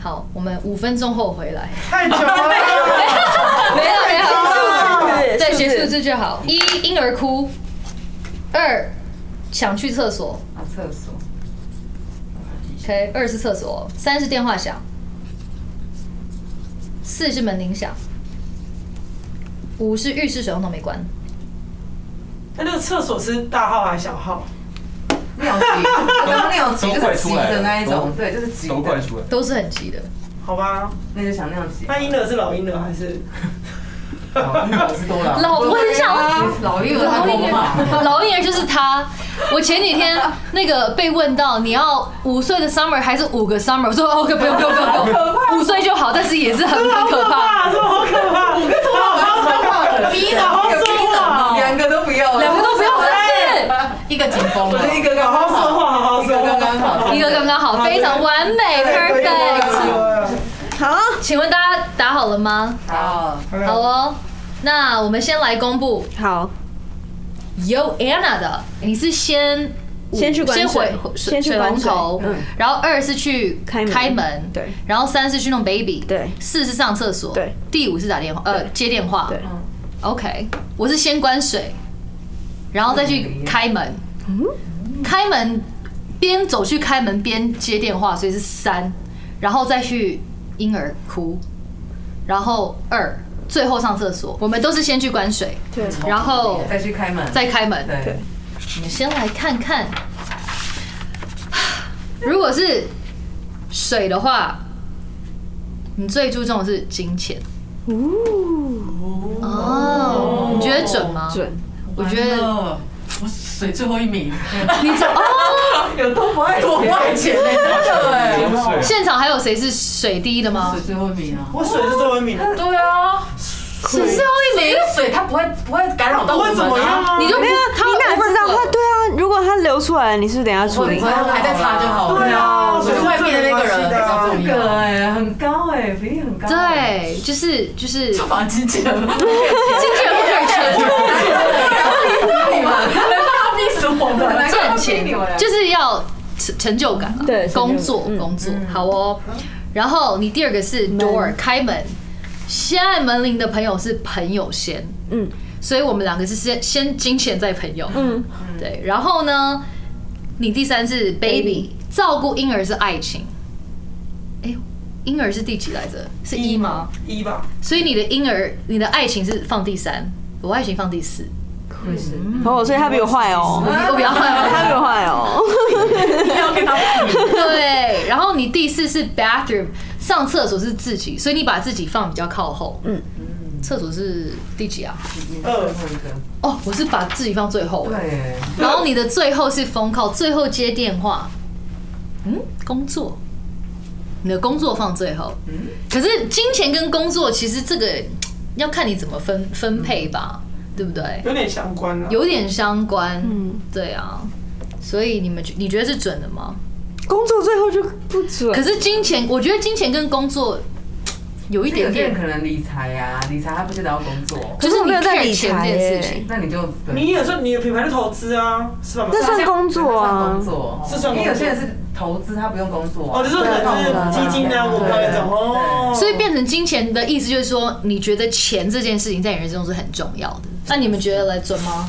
S2: 好，我们五分钟后回 来。
S3: 太久了。
S2: 没有没
S1: 哦
S2: 有，对，
S1: 是
S2: 学
S1: 不是
S2: 数字就好。一婴儿哭，二想去厕所
S6: 啊厕 所，
S2: ，OK，二是厕所，三是电话响，四是门铃响，五是浴室水龙头没关。
S3: 那那个厕所是大号还是小号？
S6: 尿急，刚刚尿急就是急的那一种，
S7: 都
S6: 对，就是急
S7: 都快
S6: 的，
S7: 出来，
S2: 都是很急的，
S3: 好吧，
S6: 那就想尿急。
S3: 那婴儿是老婴儿还是？
S7: 我是多了。
S2: 老我很想
S6: 老鹰儿
S2: 老
S6: 他
S2: 婴
S6: 多 嘛，
S2: 儿，老婴儿就是他。我前几天那个被问到你要五岁的 summer 还是五个 summer，我说 OK 不用不用不用不用，五岁就好，但是也是很很可怕，
S3: 啊，这好可怕！我跟头发好可怕，逼的好
S6: 有
S3: 说
S6: 冰冷哦，
S3: 话，
S6: 两个都不要，
S2: 两个都不要分
S5: 一个紧绷
S3: 我
S5: 了
S3: 觉，得一个刚好说话，好好
S6: 一
S3: 说
S6: 个
S3: 话，
S6: 刚刚好，
S2: 是，一个刚刚好，非常完美，perfect。请问大家打好了吗？
S6: 好，
S2: 好哦，那我们先来公布
S1: 好，
S2: Yo Anna 的，你是先
S1: 先去管
S2: 先回
S1: 水
S2: 水
S1: 先去
S2: 水
S1: 管
S2: 龙头
S1: 水嗯，
S2: 然后二是去
S1: 开门
S2: 开门，
S1: 对，
S2: 然后三是去弄 baby，
S1: 对
S2: 四是上厕所，
S1: 对，
S2: 第五是打电话，呃，
S1: 对
S2: 接电话，
S1: 对
S2: ，OK，我是先关水，然后再去开门，
S1: 嗯
S2: 开门边走去开门边接电话，所以是三，然后再去婴儿哭，然后二，最后上厕所，我们都是先去关水，
S1: 对，
S2: 然后
S6: 再去开门，
S2: 再开门，
S6: 对，
S2: 我们先来看看，如果是水的话，你最注重的是金钱。哦，你觉得准吗？
S1: 准。
S2: 我觉得
S5: 完了我水最后一名，
S2: 你准哦。
S3: 有多不 爱
S5: 我不爱钱 呢，真的哎，
S7: 水
S2: 现场还有谁是水第一的吗
S5: 水？最后一名啊。
S3: 我水是最文明的，
S5: 对啊，
S2: 水最后一名
S5: 这，个水它不会不会干扰到
S3: 不
S5: 我
S3: 会怎么
S5: 们
S3: 样
S5: 啊。
S3: 啊？
S2: 你就
S1: 没有啊，
S2: 他
S1: 你哪知道？哇，对啊，如果它流出来，你是不是等一下处理
S5: 我？还在擦就好了。
S3: 对啊，
S5: 哦我
S3: 水
S5: 是
S3: 是
S5: 外面的那个人，
S6: 这个哎很高哎，比例很高，，
S2: 对，就是就是经
S5: 房金钱，
S2: 纪人不可缺，
S6: 你们
S5: 逼死我们。
S2: 赚钱就是要成成就感啊，
S1: 对
S2: 工作
S1: 成就感嗯
S2: 工作好哦。然后你第二个是 door 开门，先按门铃的朋友是朋友先，
S1: 嗯，
S2: 所以我们两个是先先金钱再朋友，
S1: 嗯，
S2: 对。然后呢，你第三是 baby 照顾婴儿是爱情，哎，婴儿是第几来着？是一吗？
S3: 一吧，
S2: 所以你的婴儿，你的爱情是放第三，我爱情放第四。
S6: 会是
S1: 哦，所以他比我坏哦，
S2: 我 比较
S1: 他比我坏哦。
S5: 要跟他比
S2: 对，然后你第四是 bathroom，上厕所是自己，所以你把自己放比较靠后。嗯，厕所是第几啊？
S6: 最
S3: 二
S6: 后一个，
S2: 哦，我是把自己放最后，
S6: 对，
S2: 然后你的最后是封靠，最后接电话。嗯，工作，你的工作放最后。可是金钱跟工作其实这个要看你怎么分分配吧，对不对？
S3: 有点相关啊了。
S2: 有点相关，嗯，对啊。所以你们觉你觉得是准的吗？
S1: 工作最后就不准，
S2: 可是金钱，我觉得金钱跟工作有一
S6: 因为有
S2: 点
S6: 些人
S2: 点，
S6: 可能理财呀，理财他不见得要工作，
S2: 就是你 care 钱
S1: 可是我
S2: 这件事
S1: 没有在理财
S2: 情。
S6: 那你就
S3: 你也算你的品牌是投资啊，是吧？
S1: 那算工作
S6: 算
S1: 啊
S6: 工。作，
S3: 是算工作
S6: 因为有些人是投资，他不用工作啊，
S3: 哦，就是可能是基金啊、股票那种哦。
S2: 所以变成金钱的意思就是说，你觉得钱这件事情在你人生中是很重要的。那你们觉得来准吗？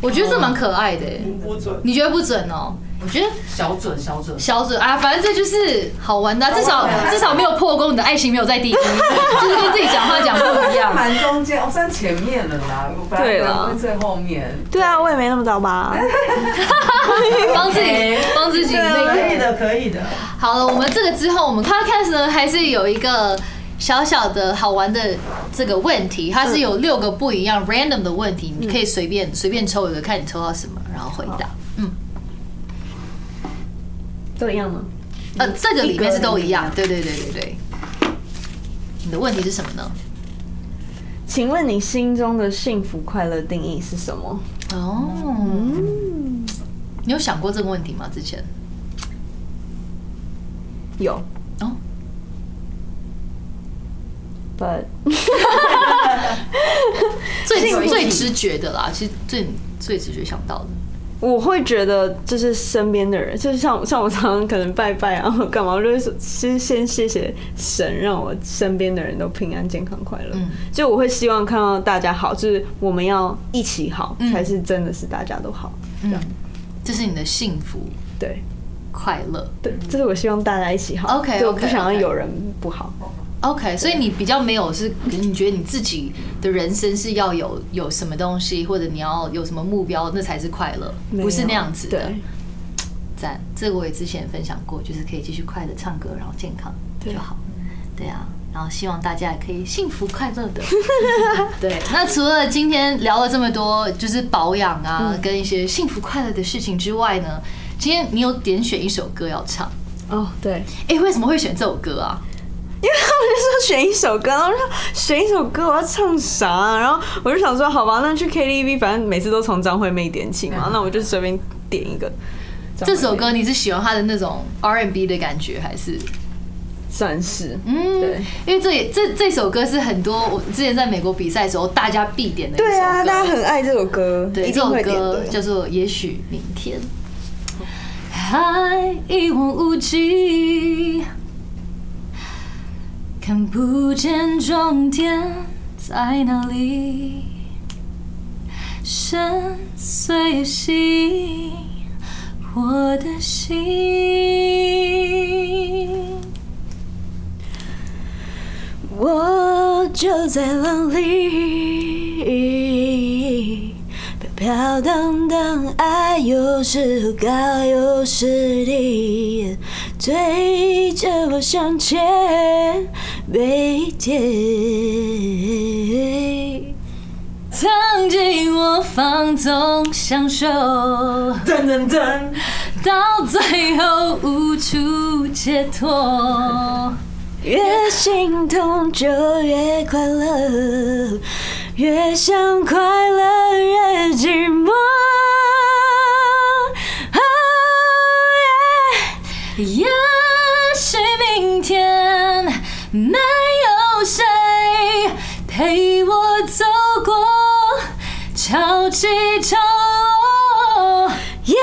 S2: 我觉得这蛮可爱的、欸，
S3: 不准，
S2: 你觉得不准哦、我觉得
S5: 小准小准，
S2: 小准啊，反正这就是好玩的啊、至少至少没有破功，你的爱情没有在第一，就是跟自己讲话讲不一样。
S6: 蛮中间，我算前面了啦，本来
S1: 对啦
S6: 可能会最后面，
S1: 对啊，我也没那么糟吧。
S2: 帮自己帮自己那
S3: 可
S2: 个。
S3: 以的，可以的。
S2: 好了，我们这个之后，我们 podcast 呢还是有一个小小的好玩的这个问题，它是有六个不一样 random 的问题，你可以随便随便抽一个，看你抽到什么，然后回答。嗯，
S1: 都一样吗？
S2: 呃，这个里面是都一样，对对对对对。你的问题是什么呢？
S1: 请问你心中的幸福快乐定义是什么？
S2: 哦，你有想过这个问题吗？之前
S1: 有
S2: 哦，
S1: ，but
S2: 最
S1: 幸福
S2: 最直觉的啦，其实最最直觉想到的。
S1: 我会觉得就是身边的人，就是像像我常常可能拜拜啊，或干嘛，我就会说，其实先谢谢神，让我身边的人都平安、健康、快乐。
S2: 嗯
S1: 就我会希望看到大家好，就是我们要一起好，
S2: 嗯
S1: 才是真的是大家都好。
S2: 嗯，这是你的幸福
S1: 对
S2: 快乐。
S1: 对，这是我希望大家一起好。
S2: OK，
S1: 就我不
S2: OK，
S1: 想要
S2: OK
S1: 有人不好。
S2: OK，所以你比较没有是，你觉得你自己的人生是要有有什么东西，或者你要有什么目标，那才是快乐，
S1: 没有
S2: 不是那样子的
S1: 对。
S2: 赞，这个我也之前分享过，就是可以继续快乐唱歌，然后健康就好。对啊，然后希望大家也可以幸福快 乐的。对，那除了今天聊了这么多，就是保养啊，
S1: 嗯
S2: 跟一些幸福快乐的事情之外呢，今天你有点选一首歌要唱，
S1: 哦，对，
S2: 哎、为什么会选这首歌啊？
S1: 因为他们就说选一首歌，然后我就说选一首歌，我要唱啥、啊？然后我就想说，好吧，那去 KTV，反正每次都从张惠妹点起嘛，那我就随便点一个。
S2: 嗯这首歌你是喜欢它的那种 R N B 的感觉，还是？
S1: 算是，
S2: 嗯，
S1: 对，
S2: 因为这也这这首歌是很多我之前在美国比赛的时候大家必点的一首歌，
S1: 对啊，大家很爱这首歌，
S2: 对
S1: 一
S2: 这
S1: 定
S2: 首
S1: 会点
S2: 歌
S1: 的。
S2: 叫做《也许明天》，爱一望无际，看不见终点在哪里，深邃吸引我的心。
S1: 我就在浪里，飘飘荡荡，爱有时高有时低，追着我向前，每天。
S2: 曾经我放纵享受，
S3: 噔噔噔，
S2: 到最后无处解脱。
S1: 越心痛就越快乐，越想快乐越寂寞。
S2: 也许明天没有谁陪我走过潮起潮落。
S1: 也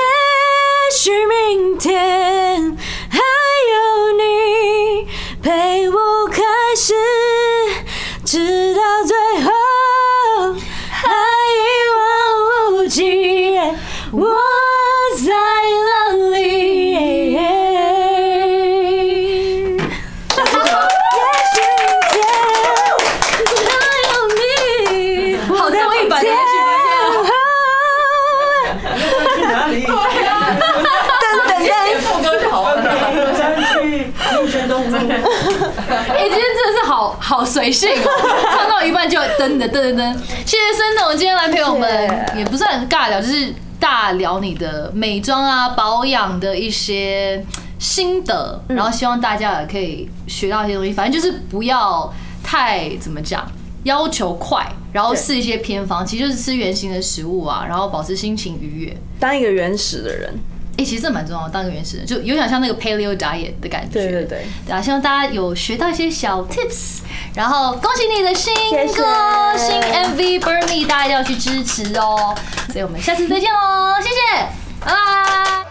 S1: 许明天还有你陪我开始，直到最后还一望无际。我在哪里？也许明天还有你。
S2: 好综艺版的也许明天。哎好随性哦，唱到一半就噔噔噔噔噔。谢谢森总今天来陪我们，也不算尬聊，就是大聊你的美妆啊、保养的一些心得，
S1: 嗯
S2: 然后希望大家也可以学到一些东西。反正就是不要太怎么讲，要求快，然后试一些偏方，其实就是吃原形的食物啊，然后保持心情愉悦。
S1: 当一个原始的人，
S2: 哎、其实这蛮重要的，当个原始人，就有点像那个 Paleo diet 的感觉。
S1: 对对对，
S2: 对啊，希望大家有学到一些小 tips，然后恭喜你的新歌、
S1: 谢谢
S2: 新 MV《Burn Me》，大家一定要去支持哦。所以我们下次再见喽，谢谢，拜拜。